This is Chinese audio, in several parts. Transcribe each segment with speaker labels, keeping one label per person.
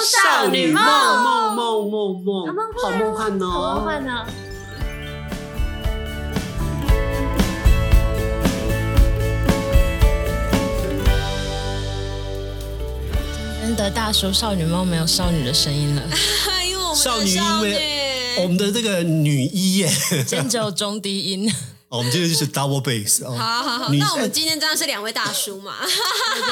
Speaker 1: 少女梦
Speaker 2: 梦梦梦
Speaker 1: 好
Speaker 2: 梦
Speaker 1: 梦幻
Speaker 2: 好梦
Speaker 1: 好
Speaker 2: 幻
Speaker 1: 梦
Speaker 2: 哦！
Speaker 1: 幻呢？
Speaker 3: 真的大叔少女梦没有少女的声音 了，
Speaker 4: 因为我们的
Speaker 2: 少女
Speaker 4: 少
Speaker 2: 因
Speaker 4: 女
Speaker 2: 为我们的这个女一耶，
Speaker 3: 今天只有中低音，
Speaker 2: 哦我们今天就是 double bass 哦，
Speaker 4: 好好好，
Speaker 2: 女
Speaker 4: 那我们今天真的是两位大叔嘛？
Speaker 2: 哦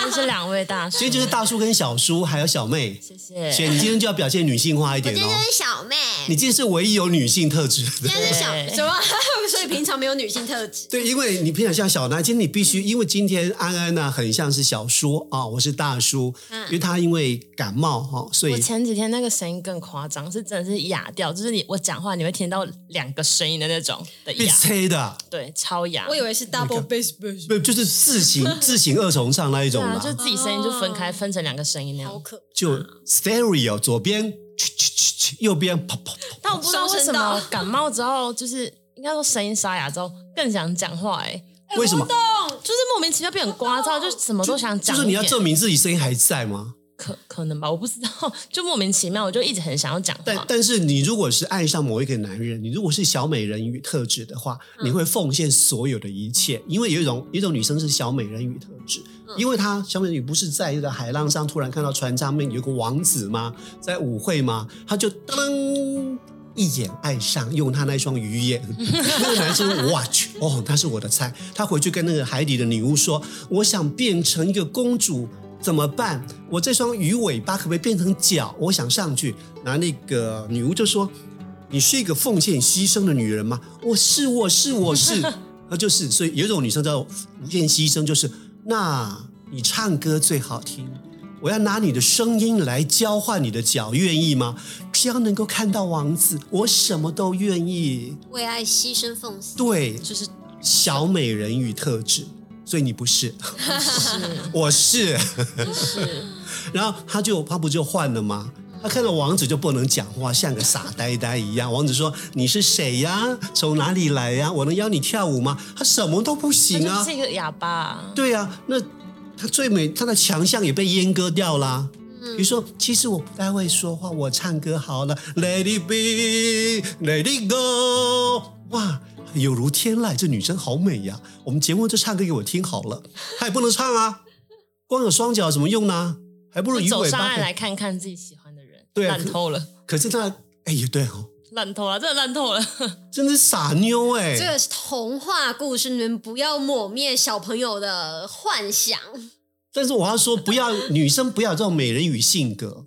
Speaker 3: 真是两位大叔
Speaker 2: 今，天就是大叔跟小叔还有小妹，
Speaker 3: 谢谢。
Speaker 2: 所以你今天就要表现女性化一点
Speaker 4: 今天
Speaker 2: 哦。
Speaker 4: 就是小妹，
Speaker 2: 你今天是唯一有女性特质
Speaker 4: 今
Speaker 2: 的，
Speaker 4: 天是小
Speaker 3: 对
Speaker 4: 什么？ 所以平常没有女性特质。
Speaker 2: 对，因为你平常像小男，今天你必须，因为今天安安呢、很像是小叔啊、我是大叔，
Speaker 4: 嗯
Speaker 2: 因为他因为感冒哈、哦，所
Speaker 3: 我
Speaker 2: 以
Speaker 3: 前几天那个声音更夸张，是真的是哑掉，就是你我讲话你会听到两个声音的那种的
Speaker 2: 被
Speaker 3: 哑，
Speaker 2: 催的啊，
Speaker 3: 对，超哑。
Speaker 4: 我以为是 double bass bass，
Speaker 2: 不就是自行自行二重唱那一
Speaker 3: 对
Speaker 2: 种
Speaker 3: 啊，
Speaker 2: 啦，
Speaker 3: 就自己声音就分开，分成两个声音那
Speaker 4: 好
Speaker 3: 样。
Speaker 4: 可。
Speaker 2: 就 stereo 左边，去去去去，右边啪啪啪，
Speaker 3: 但我不知道为什
Speaker 4: 上
Speaker 3: 么
Speaker 4: 升到
Speaker 3: 感冒之后，就是应该说声音沙哑之后更想讲话、欸，
Speaker 2: 为什么？
Speaker 3: 就是莫名其妙变很聒 噪，就什么都想
Speaker 2: 就
Speaker 3: 讲一点。
Speaker 2: 是你要证明自己声音还在吗？
Speaker 3: 可可能吧，我不知道， 就莫名其妙，我就一直很想要讲
Speaker 2: 但
Speaker 3: 话。
Speaker 2: 但是你如果是爱上某一个男人，你如果是小美人鱼特质的话，
Speaker 3: 嗯
Speaker 2: 你会奉献所有的一切，因为有一种有一种女生是小美人鱼特质，
Speaker 3: 嗯
Speaker 2: 因为她小美人鱼不是在一个海浪上突然看到船上面有个王子吗？在舞会吗？她就噔。一眼爱上，用她那双鱼眼，那个男生 watch 哦，他是我的菜。他回去跟那个海底的女巫说：“我想变成一个公主，怎么办？我这双鱼尾巴可不可以变成脚？我想上去。”然后那个女巫就说：“你是一个奉献牺牲的女人吗？”我是，我是，我是，那就是。所以有一种女生叫无限牺牲，就是那你唱歌最好听，我要拿你的声音来交换你的脚，愿意吗？只要能够看到王子，我什么都愿意。
Speaker 4: 为爱牺牲奉献，
Speaker 2: 对，
Speaker 3: 就是
Speaker 2: 小美人鱼特质，所以你不 是，我是。
Speaker 3: 是
Speaker 2: 然后他就他不就换了吗？他看到王子就不能讲话，像个傻呆呆一样。王子说：“你是谁呀、从哪里来呀、我能邀你跳舞吗？”他什么都不
Speaker 3: 他
Speaker 2: 行
Speaker 3: 就
Speaker 2: 啊
Speaker 3: 是。一个哑巴、啊，
Speaker 2: 对啊，那他最美，他的强项也被阉割掉啦。
Speaker 3: 嗯
Speaker 2: 比如说，其实我不太会说话，我唱歌好了，Let it be，Let it go，哇，有如天籁，这女生好美呀！我们节目就唱歌给我听好了，她也不能唱啊，光有双脚有什么用呢？还不如
Speaker 3: 就
Speaker 2: 鱼
Speaker 3: 走
Speaker 2: 尾
Speaker 3: 上
Speaker 2: 巴
Speaker 3: 岸
Speaker 2: 可以。
Speaker 3: 来看看自己喜欢的人，
Speaker 2: 对啊
Speaker 3: 烂透了，
Speaker 2: 可是她，哎，也对哦，
Speaker 3: 烂透了，真的烂透 了。
Speaker 2: 真是傻妞哎、
Speaker 4: 这个是童话故事，你们不要抹灭小朋友的幻想。
Speaker 2: 但是我要说，不要女生不要有这种美人鱼性格，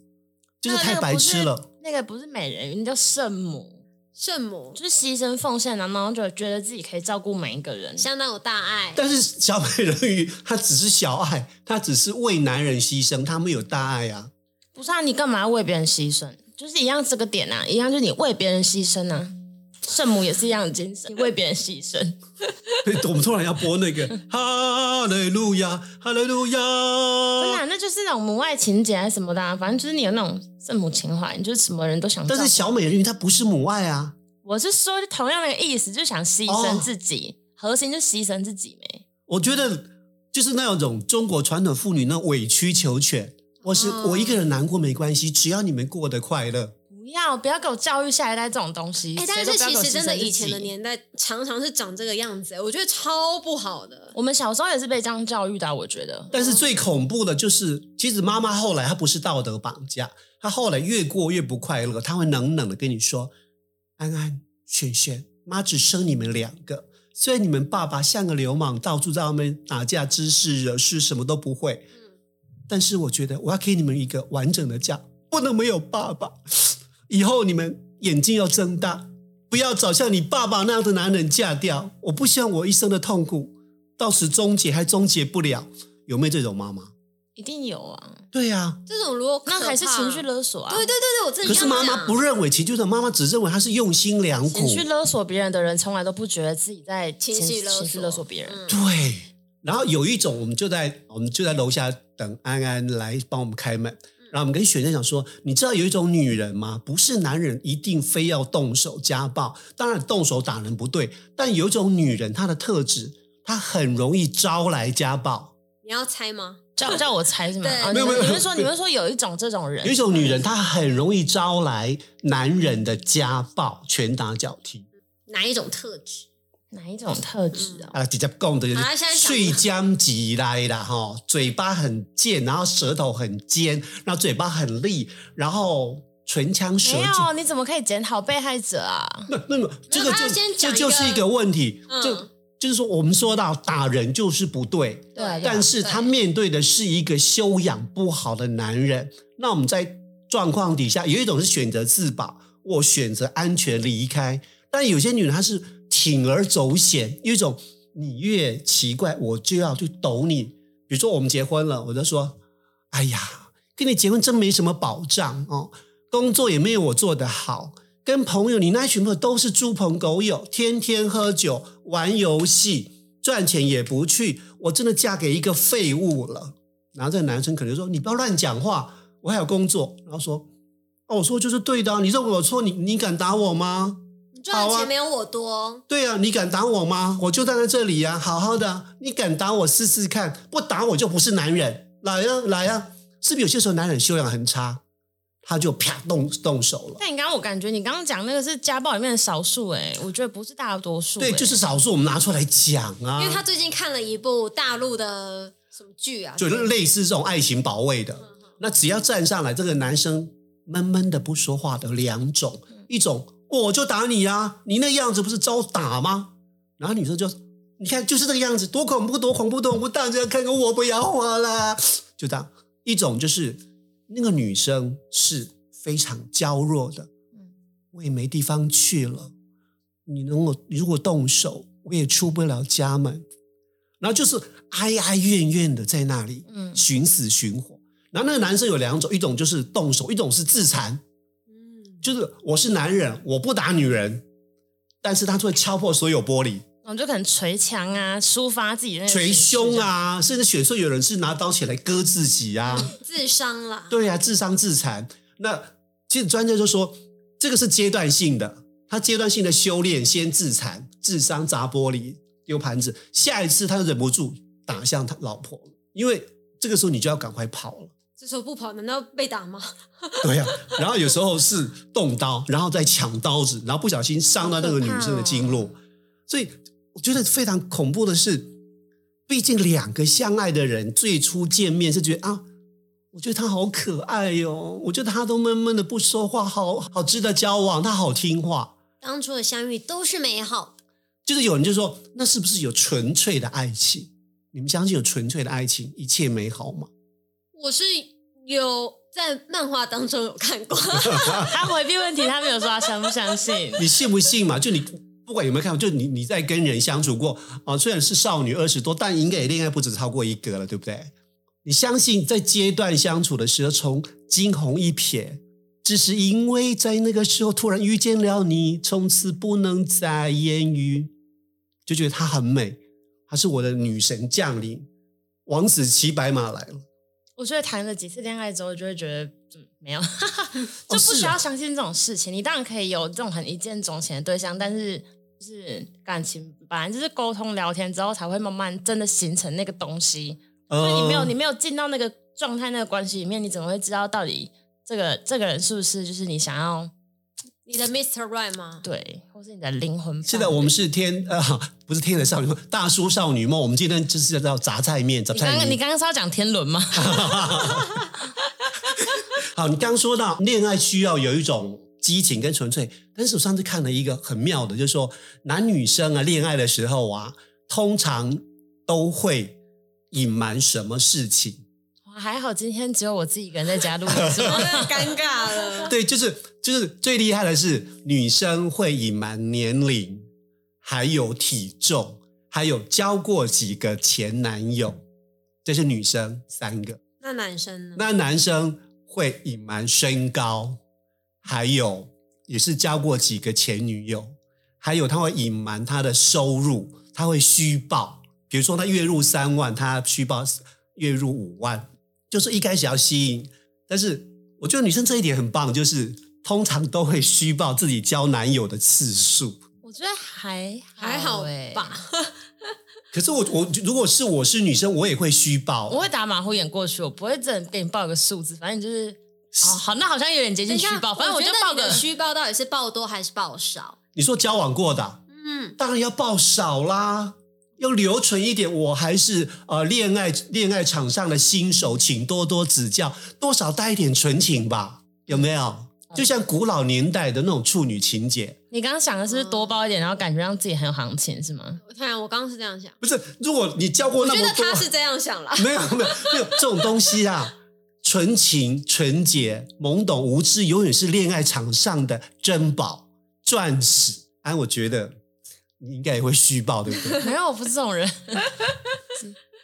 Speaker 2: 就是太白痴了。
Speaker 3: 那个不是美人鱼，那叫圣母，
Speaker 4: 圣母
Speaker 3: 就是牺牲奉献啊，然后就觉得自己可以照顾每一个人。
Speaker 4: 相当有大爱，
Speaker 2: 但是小美人鱼她只是小爱， 她只是为男人牺牲，她没有大爱啊。
Speaker 3: 不是啊，你干嘛要为别人牺牲？就是一样这个点啊，一样就是你为别人牺牲啊。圣母也是一样的精神， 你为别人牺牲。
Speaker 2: 对我们突然要播那个 哈利路亚，哈利路亚。呃
Speaker 3: 真的啊、那就是那种母爱情节还是什么的、啊，反正就是你有那种圣母情怀，你就是什么人都想照
Speaker 2: 但
Speaker 3: 顾。
Speaker 2: 是小美人鱼她不是母爱啊，
Speaker 3: 我是说同样的意思，就想牺牲自己，核心就牺牲自己没。
Speaker 2: 我觉得就是那种中国传统妇女那委曲求全。我是、
Speaker 4: 哦
Speaker 2: 我一个人难过没关系，只要你们过得快乐。
Speaker 3: 不要不要给我教育下一代这种东西。谁
Speaker 4: 哎、但
Speaker 3: 都
Speaker 4: 是
Speaker 3: 不要
Speaker 4: 其
Speaker 3: 给我
Speaker 4: 实
Speaker 3: 牺
Speaker 4: 真
Speaker 3: 牲
Speaker 4: 的
Speaker 3: 自己
Speaker 4: 以前的，年代常常是长这个样子，我觉得超不好的。
Speaker 3: 我们小时候也是被这样教育的啊、我觉得。
Speaker 2: 但是最恐怖的就是，其实妈妈后来她不是道德绑架，她后来越过越不快乐，她会冷冷的跟你说：“安安、轩轩，妈只生你们两个，虽然你们爸爸像个流氓，到处在外面打架、滋事、惹事，什么都不会，但是我觉得我要给你们一个完整的家，不能没有爸爸。以后你们眼睛要睁大，不要找像你爸爸那样的男人嫁掉。我不希望我一生的痛苦到此终结，还终结不了。”有没有这种妈妈？
Speaker 3: 一定有啊，
Speaker 2: 对呀、
Speaker 4: 这种如果
Speaker 3: 那
Speaker 4: 可
Speaker 3: 还是
Speaker 4: 怕
Speaker 3: 情绪勒索啊。
Speaker 4: 对对对对，我真的
Speaker 2: 可是
Speaker 4: 一样
Speaker 2: 妈妈
Speaker 4: 想
Speaker 2: 不认为情绪的，妈妈只认为她是用心良苦
Speaker 3: 情。绪勒索别人的人，从来都不觉得自己在
Speaker 4: 情绪
Speaker 3: 绪
Speaker 4: 勒索
Speaker 3: 情绪勒索别 人。
Speaker 4: 嗯
Speaker 2: 对，然后有一种，我们就在我们就在楼下等安安来帮我们开门。然后我们跟雪珍讲说，你知道有一种女人吗？不是男人一定非要动手家暴，当然动手打人不对，但有一种女人她的特质，她很容易招来家暴。
Speaker 4: 你要猜吗？
Speaker 3: 叫叫我猜是吗？
Speaker 4: 对
Speaker 3: 哦
Speaker 2: 没有
Speaker 3: 你
Speaker 2: 没有
Speaker 3: 们你们说你们说有一种这种人
Speaker 2: 有一，种女人，她很容易招来男人的家暴、拳打脚踢
Speaker 4: 哪一种特质？
Speaker 3: 哪一种特质哦？
Speaker 2: 啊，直接讲的就
Speaker 4: 好啦现在
Speaker 2: 是
Speaker 4: 想
Speaker 2: 碎僵起来啦，哈，嘴巴很贱，然后舌头很尖，然后嘴巴很利，然后唇枪舌
Speaker 3: 没
Speaker 2: 剑。
Speaker 3: 有，你怎么可以检讨被害者啊？
Speaker 2: 那那么这个
Speaker 4: 他要
Speaker 2: 就
Speaker 4: 先
Speaker 2: 这
Speaker 4: 讲一
Speaker 2: 就是
Speaker 4: 个
Speaker 2: 一个问题，
Speaker 4: 嗯
Speaker 2: 就就是说我们说到打人就是不对，
Speaker 3: 对啊，对啊
Speaker 2: 但是他面对的是一个修养不好的男人。那我们在状况底下，有一种是选择自保，我选择安全离开。但有些女人她是铤而走险，有一种你越奇怪，我就要去抖你。比如说我们结婚了，我就说：“哎呀，跟你结婚真没什么保障哦，工作也没有我做得好。”跟朋友，你那一群朋友都是猪朋狗友，天天喝酒、玩游戏，赚钱也不去，我真的嫁给一个废物了。然后这个男生可能说：“你不要乱讲话，我还有工作。”然后说：“哦，我说就是对的啊，你认为我错，你你敢打我吗？
Speaker 4: 你赚
Speaker 2: 好
Speaker 4: 的
Speaker 2: 啊
Speaker 4: 钱没有我多，
Speaker 2: 对啊，你敢打我吗？我就站在这里啊，好好的啊，你敢打我试试看，不打我就不是男人。来呀、来呀、是不是有些时候男人修养很差，他就啪动动手了？
Speaker 3: 但你刚刚我感觉你刚刚讲那个是家暴里面的少数哎、我觉得不是大多数、欸。
Speaker 2: 对，就是少数我们拿出来讲啊，
Speaker 4: 因为他最近看了一部大陆的什么剧啊？
Speaker 2: 就类似这种爱情保卫的。那只要站上来，这个男生闷闷的不说话的两种，一种我就打你啊，你那样子不是招打吗？然后女生就你看就是这个样子，多恐怖多恐怖多恐怖，大家看看我不要我了，就这样。一种就是那个女生是非常娇弱的，我也没地方去了。你能够如果动手，我也出不了家门。然后就是哀哀怨怨的在那里，
Speaker 3: 嗯
Speaker 2: 寻死寻活。然后那个男生有两种，一种就是动手，一种是自残，
Speaker 4: 嗯，
Speaker 2: 就是我是男人，我不打女人，但是他会敲破所有玻璃，
Speaker 3: 我们就可能捶墙啊，抒发自己那个
Speaker 2: 捶
Speaker 3: 情绪
Speaker 2: 胸
Speaker 3: 这样。
Speaker 2: 啊，甚至选说有人是拿刀起来割自己啊，
Speaker 4: 自伤啦。
Speaker 2: 对啊，自伤自残。那其实专家就说，这个是阶段性的，他阶段性的修炼，先自残、自伤、砸玻璃、丢盘子，下一次他就忍不住打向他老婆了，因为这个时候你就要赶快跑了。
Speaker 4: 这时候不跑，难道被打吗？
Speaker 2: 对呀、然后有时候是动刀，然后再抢刀子，然后不小心伤到那个女生的经络，所以我觉得非常恐怖的是，毕竟两个相爱的人最初见面是觉得啊，我觉得他好可爱哟、我觉得他都闷闷的不说话，好好值得交往，他好听话。
Speaker 4: 当初的相遇都是美好的，
Speaker 2: 就是有人就说，那是不是有纯粹的爱情？你们相信有纯粹的爱情，一切美好吗？
Speaker 4: 我是有在漫画当中有看过，
Speaker 3: 他回避问题，他没有说他相不相 信。
Speaker 2: 你信不信嘛？就你不管有没有看过，就你你在跟人相处过啊，虽然是少女二十多，但应该也恋爱不止超过一个了，对不对？你相信在阶段相处的时候，从惊鸿一瞥，只是因为在那个时候突然遇见了你，从此不能再言语，就觉得她很美，她是我的女神降临，王子骑白马来了。
Speaker 3: 我觉得谈了几次恋爱之后，就会觉得嗯没有，就不
Speaker 2: 哦是啊
Speaker 3: 需要相信这种事情。你当然可以有这种很一见钟情的对象，但是就是感情本来就是沟通聊天之后才会慢慢真的形成那个东西。所以你没有
Speaker 2: 嗯
Speaker 3: 你没有进到那个状态、那个关系里面，你怎么会知道到底这个这个人是不是就是你想要
Speaker 4: 你的 Mr. Right 吗？
Speaker 3: 对，或是你的灵魂伴侣？
Speaker 2: 现在我们是天呃不是天的少女梦，大叔少女梦。我们今天就是要杂菜面，杂
Speaker 3: 你
Speaker 2: 菜
Speaker 3: 刚
Speaker 2: 面。
Speaker 3: 刚你刚刚是要讲天伦吗？
Speaker 2: 好，你刚说到恋爱需要有一种激情跟纯粹，但是我上次看了一个很妙的，就是说男女生啊恋爱的时候啊，通常都会隐瞒什么事情。
Speaker 3: 哇还好今天只有我自己一个人在家录，是
Speaker 4: 我
Speaker 3: 吗
Speaker 4: 有点尴尬了。
Speaker 2: 对，就是就是最厉害的是女生会隐瞒年龄，还有体重，还有交过几个前男友，这是女生三个。
Speaker 4: 那男生呢？
Speaker 2: 那男生会隐瞒身高，还有也是交过几个前女友，还有他会隐瞒他的收入，他会虚报，比如说他月入三万，他虚报月入五万，就是一开始要吸引，但是我觉得女生这一点很棒，就是通常都会虚报自己交男友的次数。
Speaker 3: 我觉得还
Speaker 4: 还好
Speaker 3: 欸
Speaker 4: 吧？
Speaker 2: 可是我我如果是我是女生，我也会虚报。
Speaker 3: 我会打马虎眼过去，我不会真的给你报一个数字，反正你就是哦，好，那好像有点接
Speaker 4: 等
Speaker 3: 近
Speaker 4: 一
Speaker 3: 虚
Speaker 4: 下，
Speaker 3: 报，反正
Speaker 4: 我
Speaker 3: 就
Speaker 4: 觉得
Speaker 3: 报
Speaker 4: 你的
Speaker 3: 个
Speaker 4: 虚报到底是报多还是报少？
Speaker 2: 你说交往过的啊、
Speaker 4: 嗯，
Speaker 2: 当然要报少啦，要留存一点。我还是呃恋爱恋爱场上的新手，请多多指教，多少带一点纯情吧，有没
Speaker 4: 哦
Speaker 2: 有？就像古老年代的那种处女情节，
Speaker 3: 你刚刚想的是不是多包一点，然后感觉让自己很有行情是吗？
Speaker 4: 我看我刚刚是这样想，
Speaker 2: 不是？如果你交过
Speaker 4: 我
Speaker 2: 那
Speaker 4: 觉
Speaker 2: 么
Speaker 4: 得
Speaker 2: 多，
Speaker 4: 他是这样想啦。
Speaker 2: 没有没有没有这种东西啊，纯情、纯洁、懵懂无知，永远是恋爱场上的珍宝、钻石。哎、我觉得你应该也会虚报，对不对？
Speaker 3: 没有，我不是这种 人，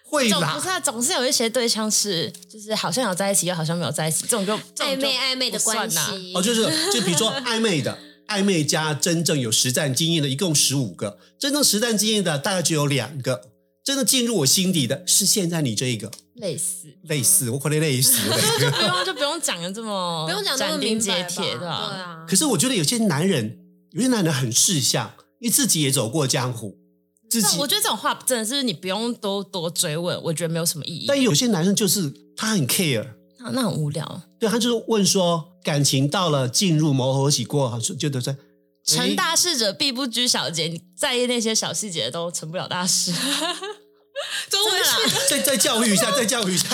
Speaker 2: 会
Speaker 3: 总不
Speaker 2: 啦
Speaker 3: 是，啊，总是有一些对象是，就是好像有在一起，又好像没有在一起，这种就这种
Speaker 4: 暧
Speaker 3: 就
Speaker 4: 昧暧昧的
Speaker 3: 不算
Speaker 4: 关
Speaker 3: 啦
Speaker 4: 系
Speaker 2: 哦，就是就比如说暧昧的，暧昧加真正有实战经验的，一共十五个；真正实战经验的大概只有两个。真的进入我心底的是现在你这一个
Speaker 3: 类似，
Speaker 2: 类似，我可能累死了。
Speaker 3: 就 不用就 不用讲的这么
Speaker 4: 不用讲那么
Speaker 3: 斩
Speaker 4: 明
Speaker 3: 钉
Speaker 4: 白
Speaker 3: 截
Speaker 4: 吧
Speaker 3: 铁
Speaker 4: 对
Speaker 3: 的啊，
Speaker 4: 啊
Speaker 2: 可，是我觉得有些男人，有些男人很识相，因为自己也走过江湖，自己
Speaker 3: 但我觉得这种话真的是你不用多多追问，我觉得没有什么意义。
Speaker 2: 但有些男生就是他很 care，
Speaker 3: 那那很无聊，
Speaker 2: 对他就是问说感情到了进入磨合期过后，就得说
Speaker 3: 成大事者必不拘小节，你在意那些小细节都成不了大事，
Speaker 4: 中
Speaker 3: 真的啦，
Speaker 2: 哎再再教育一下，再教育一下。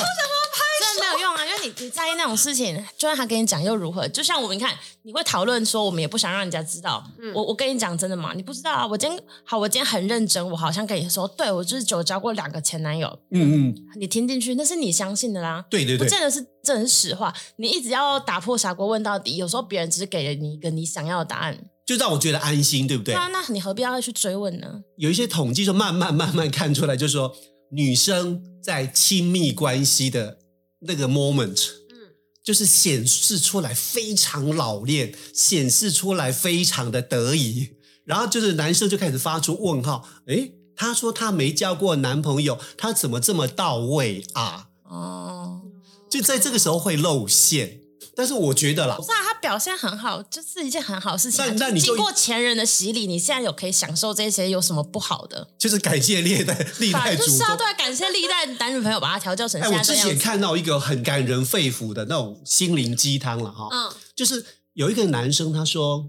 Speaker 3: 真的没有用啊，因为你你在意那种事情，就算他跟你讲又如何？就像我们你看，你会讨论说，我们也不想让人家知道。
Speaker 2: 嗯
Speaker 3: 我我跟你讲真的嘛，你不知道啊。我今天好，我今天很认真，我好像跟你说，对我就是有交过两个前男友，
Speaker 2: 嗯嗯，
Speaker 3: 你听进去那是你相信的啦，
Speaker 2: 对对
Speaker 3: 不
Speaker 2: 对，
Speaker 3: 见得是真的是实话。你一直要打破砂锅问到底，有时候别人只是给了你一个你想要的答案，
Speaker 2: 就让我觉得安心，对不对？
Speaker 3: 那那你何必要去追问呢？
Speaker 2: 有一些统计就慢慢慢慢看出来，就说女生在亲密关系的那个 moment，
Speaker 4: 嗯
Speaker 2: 就是显示出来非常老练，显示出来非常的得意，然后就是男生就开始发出问号，诶，他说他没交过男朋友，他怎么这么到位啊？
Speaker 3: 哦，
Speaker 2: 就在这个时候会露馅，但是我觉得啦
Speaker 3: 不，是啊，他表现很好，就是一件很好的事情啊。
Speaker 2: 那那你就
Speaker 3: 经过前人的洗礼，你现在有可以享受这些，有什么不好的？
Speaker 2: 就是感谢历代历
Speaker 3: 反
Speaker 2: 代
Speaker 3: 正就
Speaker 2: 主
Speaker 3: 是
Speaker 2: 动
Speaker 3: 要。对啊，啊感谢历代男女朋友把他调教成
Speaker 2: 哎，
Speaker 3: 现
Speaker 2: 我
Speaker 3: 在这
Speaker 2: 之
Speaker 3: 样
Speaker 2: 前
Speaker 3: 子。
Speaker 2: 看到一个很感人肺腑的那种心灵鸡汤了哈、
Speaker 4: 嗯，
Speaker 2: 就是有一个男生，他说：“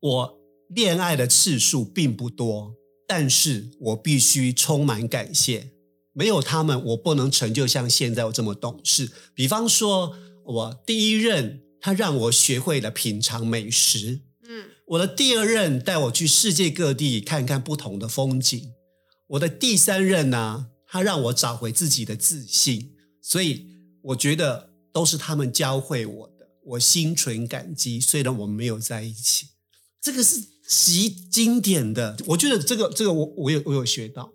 Speaker 2: 我恋爱的次数并不多，但是我必须充满感谢，没有他们，我不能成就像现在我这么懂事。比方说，我第一任他让我学会了品尝美食，
Speaker 4: 嗯，
Speaker 2: 我的第二任带我去世界各地看看不同的风景，我的第三任呢、他让我找回自己的自信，所以我觉得都是他们教会我的，我心存感激。虽然我们没有在一起，这个是极经典的，我觉得这个这个我我有我有学到，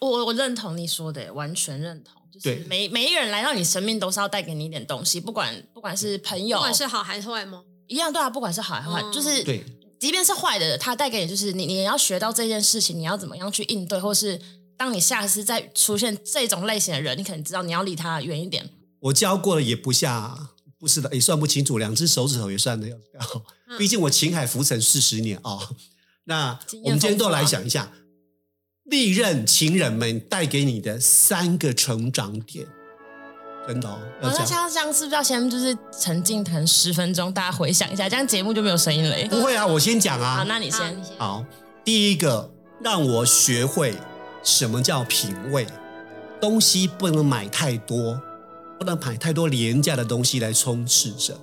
Speaker 3: 我我我认同你说的，完全认同。就是
Speaker 2: 对
Speaker 3: 每每一个人来到你生命，都是要带给你一点东西，不管不管是朋
Speaker 4: 不
Speaker 3: 友，
Speaker 4: 管是好还是坏吗？
Speaker 3: 一样对啊，不管是好还是坏，
Speaker 4: 嗯
Speaker 3: 就是
Speaker 2: 对，
Speaker 3: 即便是坏的，他带给你就是你，你也要学到这件事情，你要怎么样去应对，或是当你下次再出现这种类型的人，你可能知道你要离他远一点。
Speaker 2: 我教过了也不下，不是的，也算不清楚，两只手指头也算得了。
Speaker 3: 嗯
Speaker 2: 毕竟我情海浮沉四十年哦。那
Speaker 3: 经验
Speaker 2: 我们今天都
Speaker 3: 丰富啊
Speaker 2: 来讲一下历任情人们带给你的三个成长点，真的哦，要
Speaker 3: 好
Speaker 2: 这
Speaker 3: 那
Speaker 2: 样。
Speaker 3: 像这样是不是要先就是沉浸可能十分钟，大家回想一下，这样节目就没有声音了耶。
Speaker 2: 不会啊，我先讲
Speaker 3: 好，
Speaker 2: 啊。
Speaker 3: 那你
Speaker 4: 好
Speaker 3: 先
Speaker 4: 你。先
Speaker 2: 好，第一个让我学会什么叫品味，东西不能买太多，不能买太多廉价的东西来充斥着。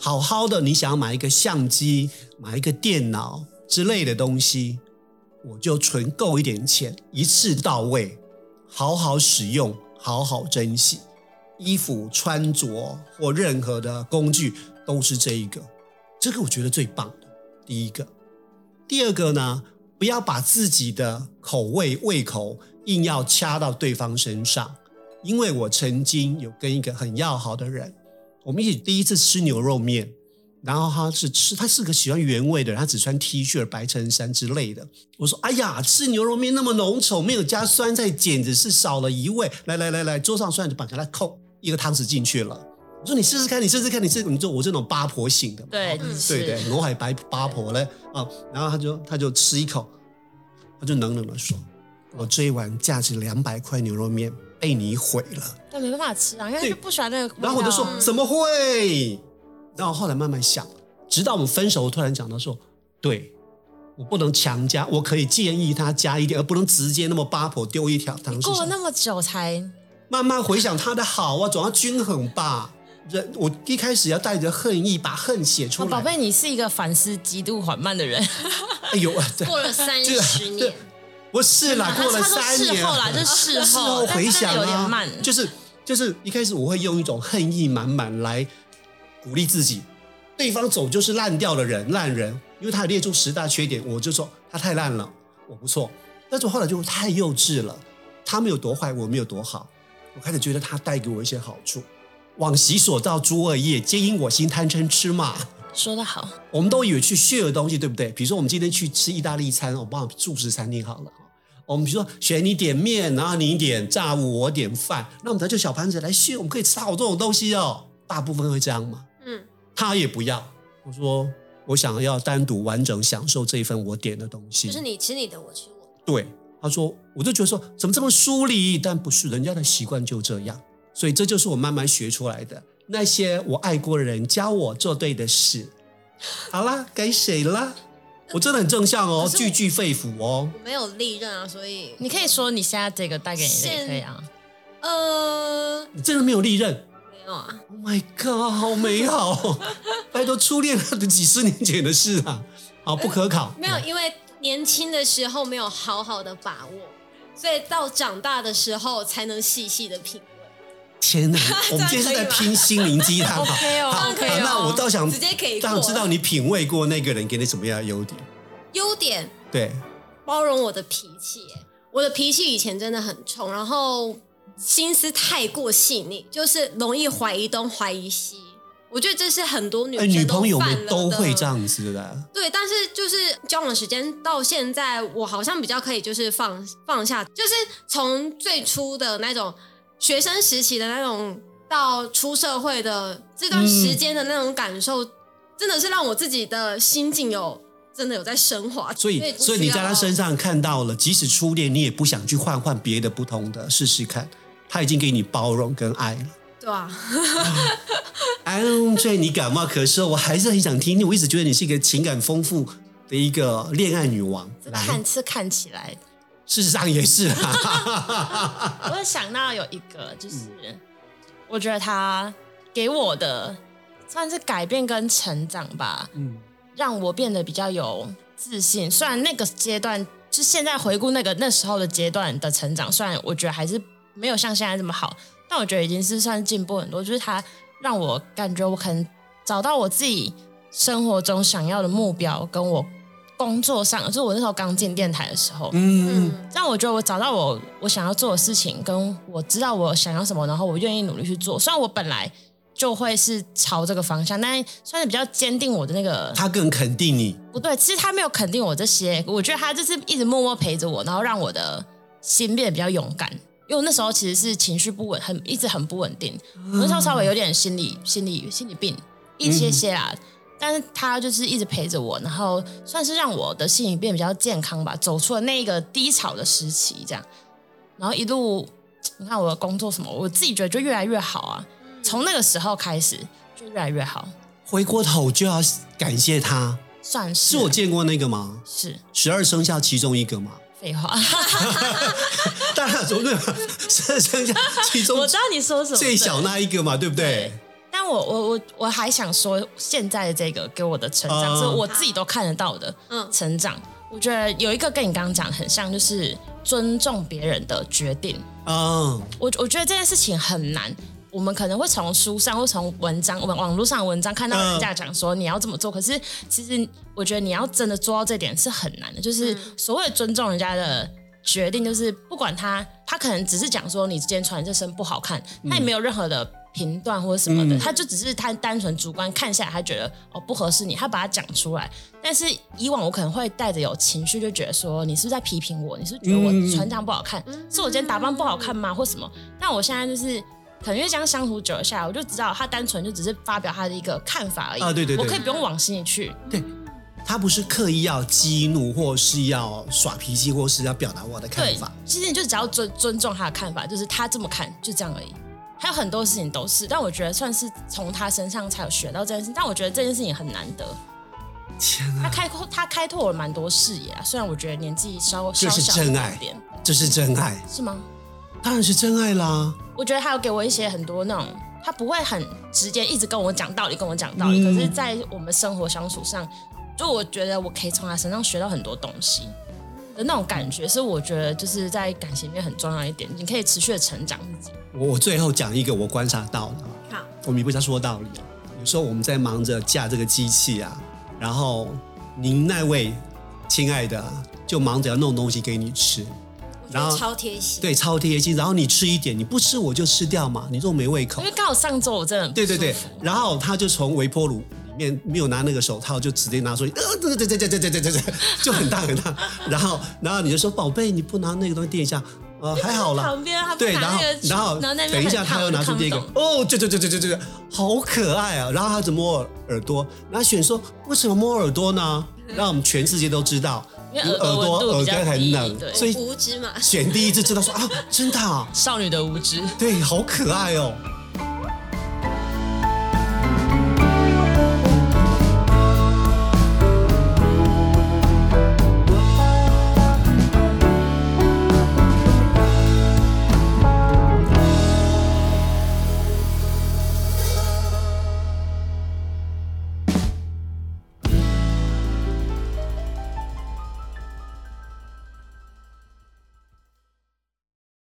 Speaker 2: 好好的，你想要买一个相机、买一个电脑之类的东西，我就存够一点钱，一次到位，好好使用，好好珍惜。衣服穿着或任何的工具都是这一个，这个我觉得最棒的。第一个，第二个呢，不要把自己的口味胃口硬要掐到对方身上，因为我曾经有跟一个很要好的人，我们一起第一次吃牛肉面，然后他是吃他是个喜欢原味的人，他只穿 T 恤、白衬衫之类的。我说：“哎呀，吃牛肉面那么浓稠，没有加酸菜，简直是少了一味。”来来来来，桌上酸菜就把给他扣一个汤匙进去了。我说你试试看，你试试看，你这你做我这种八婆型的，
Speaker 3: 对
Speaker 4: 嗯，
Speaker 2: 对
Speaker 3: 是
Speaker 2: 对，我还白八婆嘞啊！然后他就他就吃一口，他就冷冷的说：“我这一碗价值两百块牛肉面被你毁了。
Speaker 3: 但没办法吃啊，因为
Speaker 2: 对
Speaker 3: 就不喜欢那个味道啊。”
Speaker 2: 然后我就说：“怎么会？”然后后来慢慢想，直到我们分手，我突然讲到说：“对。”我不能强加，我可以建议他加一点，而不能直接那么八婆丢一条糖。
Speaker 3: 过了那么久才哦
Speaker 2: 慢慢回想他的好啊，总要均衡吧。人，我一开始要带着恨意，把恨写出
Speaker 3: 哦
Speaker 2: 来。
Speaker 3: 宝，贝，你是一个反思极度缓慢的人。
Speaker 2: 哎呦，对
Speaker 4: 过了三
Speaker 2: 这
Speaker 4: 十
Speaker 2: 这
Speaker 4: 年，
Speaker 2: 不是 啦，
Speaker 3: 他
Speaker 2: 过了
Speaker 3: 啊他说
Speaker 2: 三年
Speaker 3: 事后啦，就是事
Speaker 2: 事
Speaker 3: 后，
Speaker 2: 后
Speaker 3: 但
Speaker 2: 回
Speaker 3: 真的
Speaker 2: 想
Speaker 3: 有点
Speaker 2: 啊
Speaker 3: 慢，。
Speaker 2: 就是就是一开始我会用一种恨意满满来鼓励自己，对方走就是烂掉的人，烂人，因为他有列出十大缺点，我就说他太烂了，我不错。但是我后来就太幼稚了，他没有多坏，我没有多好，我开始觉得他带给我一些好处。往昔所造诸恶业，皆因我心贪嗔痴嘛。
Speaker 3: 说的好，
Speaker 2: 我们都以为去 share 的东西，对不对？比如说我们今天去吃意大利餐，我帮你住食餐厅好了。我们比如说选你点面，然后你点炸物，我点饭，那我们拿就小盘子来 share，我们可以吃好多种东西哦。大部分会这样嘛？
Speaker 4: 嗯，
Speaker 2: 他也不要，我说我想要单独完整享受这一份我点的东西。
Speaker 4: 就是你吃你的，我吃我的。
Speaker 2: 对，他说，我就觉得说怎么这么疏离？但不是人家的习惯就这样，所以这就是我慢慢学出来的。那些我爱过的人教我做对的事。好啦，该谁啦？我真的很正向哦
Speaker 4: 可，是我
Speaker 2: 句句肺腑哦。
Speaker 4: 我没有利刃啊，所以
Speaker 3: 你可以说你现在这个带给你的也
Speaker 4: 现
Speaker 3: 可以啊。
Speaker 4: 呃
Speaker 2: 你真的没有利刃
Speaker 4: 没有啊，
Speaker 2: ？Oh my god，好美好哦！拜托，初恋那几十年前的事啊，好不可考。
Speaker 4: 没有，因为年轻的时候没有好好的把握，所以到长大的时候才能细细的品味。
Speaker 2: 天 哪，我们今天是在拼心灵鸡汤好
Speaker 3: OK 哦
Speaker 2: 好，好
Speaker 3: OK 哦
Speaker 2: 那我倒想
Speaker 4: 直接可以过
Speaker 2: 让知道你品味过那个人给你什么样的优点。
Speaker 4: 优点
Speaker 2: 对，
Speaker 4: 包容我的脾气耶，我的脾气以前真的很冲，然后心思太过细腻，就是容易怀疑东怀疑西。我觉得这是很多女
Speaker 2: 哎，
Speaker 4: 生
Speaker 2: 女朋友
Speaker 4: 犯
Speaker 2: 们
Speaker 4: 了
Speaker 2: 都
Speaker 4: 的
Speaker 2: 会这样子的。
Speaker 4: 对，但是就是交往时间到现在，我好像比较可以就是放放下，就是从最初的那种学生时期的那种，到出社会的这段时间的那种感受，真的是让我自己的心境有真的有在升华。
Speaker 2: 所以，
Speaker 4: 不
Speaker 2: 所以
Speaker 4: 需
Speaker 2: 你在
Speaker 4: 要
Speaker 2: 他身上看到了，即使初恋，你也不想去换换别的不同的试试看。他已经给你包容跟爱了。
Speaker 4: 对啊，
Speaker 2: 安瑞，你感冒咳嗽，我还是很想听你。我一直觉得你是一个情感丰富的一个恋爱女王。
Speaker 3: 这
Speaker 2: 来
Speaker 3: 看，是看起来，
Speaker 2: 事实上也是啊啦。
Speaker 3: 我有想到有一个，就是我觉得他给我的算是改变跟成长吧，
Speaker 2: 嗯，
Speaker 3: 让我变得比较有自信。虽然那个阶段，就现在回顾那个那时候的阶段的成长，虽然我觉得还是没有像现在这么好，但我觉得已经是算进步很多。就是他让我感觉我可能找到我自己生活中想要的目标，跟我工作上，就是我那时候刚进电台的时候，
Speaker 2: 嗯，
Speaker 4: 嗯，
Speaker 3: 让我觉得我找到我我想要做的事情，跟我知道我想要什么，然后我愿意努力去做。虽然我本来就会是朝这个方向，但算是比较坚定我的那个。
Speaker 2: 他更肯定你。
Speaker 3: 不对，其实他没有肯定我这些，我觉得他就是一直默默陪着我，然后让我的心变得比较勇敢。因为我那时候其实是情绪不稳，很一直很不稳定，我那时候稍微有点心理心理心理病一
Speaker 2: 嗯
Speaker 3: 些些啦。但是他就是一直陪着我，然后算是让我的心情变得比较健康吧，走出了那个低潮的时期，这样。然后一路，你看我的工作什么，我自己觉得就越来越好啊。从那个时候开始就越来越好，
Speaker 2: 回过头就要感谢他，
Speaker 3: 算是
Speaker 2: 是我见过那个吗？
Speaker 3: 是
Speaker 2: 十二生肖其中一个 吗？
Speaker 3: 废话。
Speaker 2: 当然总 对吧？剩剩下其中
Speaker 3: 我知道你说什么，
Speaker 2: 最小那一个嘛，对不对？
Speaker 3: 但我我我我还想说，现在的这个给我的成长，
Speaker 2: 嗯
Speaker 3: 是我自己都看得到的，
Speaker 4: 嗯
Speaker 3: 成长。我觉得有一个跟你刚刚讲的很像，就是尊重别人的决定。
Speaker 2: 嗯，
Speaker 3: 我我觉得这件事情很难。我们可能会从书上或从文章、网网络上的文章看到
Speaker 2: 嗯
Speaker 3: 人家讲说你要这么做，可是其实我觉得你要真的做到这点是很难的。就是所谓尊重人家的决定，就是不管他，他可能只是讲说你今天穿这身不好看，他也没有任何的评断或者什么的，
Speaker 2: 嗯
Speaker 3: 他就只是他单纯主观看下来，他觉得哦不合适你，他把它讲出来。但是以往我可能会带着有情绪，就觉得说你是不是在批评我？你是不是觉得我
Speaker 2: 嗯
Speaker 3: 穿这样不好看？是我今天打扮不好看吗？或什么？但我现在就是可能因为这样相处久了下来，我就知道他单纯就只是发表他的一个看法而已。
Speaker 2: 啊对对对
Speaker 3: 我可以不用往心里去。
Speaker 2: 他不是刻意要激怒，或是要耍脾气，或是要表达我的看
Speaker 3: 对
Speaker 2: 法。，
Speaker 3: 其实你就只要尊尊重他的看法，就是他这么看，就这样而已。还有很多事情都是，但我觉得算是从他身上才有学到这件事，但我觉得这件事情很难得。
Speaker 2: 嗯天
Speaker 3: 他
Speaker 2: 啊，
Speaker 3: 开阔，他开拓了蛮多视野啊。虽然我觉得年纪稍稍
Speaker 2: 就是
Speaker 3: 小
Speaker 2: 真
Speaker 3: 了
Speaker 2: 爱
Speaker 3: 一点，
Speaker 2: 这是真爱，
Speaker 3: 是吗？
Speaker 2: 当然是真爱啦。
Speaker 3: 我觉得他有给我一些很多那种，他不会很直接一直跟我讲道理，跟我讲道理。
Speaker 2: 嗯
Speaker 3: 可是，在我们生活相处上，就我觉得我可以从他身上学到很多东西的那种感觉，是我觉得就是在感情里面很重要一点，你可以持续的成长自己。
Speaker 2: 我我最后讲一个我观察到的，
Speaker 4: 好，
Speaker 2: 我们也不是要说道理啊，有时候我们在忙着架这个机器啊，然后您那位亲爱的啊就忙着要弄东西给你吃，
Speaker 4: 我
Speaker 2: 然
Speaker 4: 觉
Speaker 2: 后
Speaker 4: 得超贴心。
Speaker 2: 对，超贴心。然后你吃一点，你不吃我就吃掉嘛，你说没胃口
Speaker 3: 因为。刚好上周我真的很不
Speaker 2: 对对对
Speaker 3: 舒服，
Speaker 2: 然后他就从微波炉里面没有拿那个手套，就直接拿出来，呃，对对对对对对对对 对，就很大很大。然后然后你就说宝贝，你不拿那个东西垫一下， 呃，还好啦。
Speaker 3: 旁边他不
Speaker 2: 对，
Speaker 3: 拿
Speaker 2: 然后
Speaker 3: 那个，
Speaker 2: 然后
Speaker 3: 然后那边
Speaker 2: 等一下，
Speaker 3: 很烫
Speaker 2: 他又拿出第一个，
Speaker 3: 我就看不
Speaker 2: 哦，对对对对对对对，好可爱啊！然后他就摸耳朵，然后选说为什么摸耳朵呢？让我们全世界都知道，
Speaker 3: 因为耳朵
Speaker 2: 耳朵
Speaker 3: 温度
Speaker 2: 耳
Speaker 3: 比较
Speaker 2: 根很
Speaker 3: 低
Speaker 2: 冷，
Speaker 3: 对
Speaker 2: 所以
Speaker 4: 无知嘛，
Speaker 2: 选第一次知道说啊，真的啊，
Speaker 3: 少女的无知。
Speaker 2: 对，好可爱哦。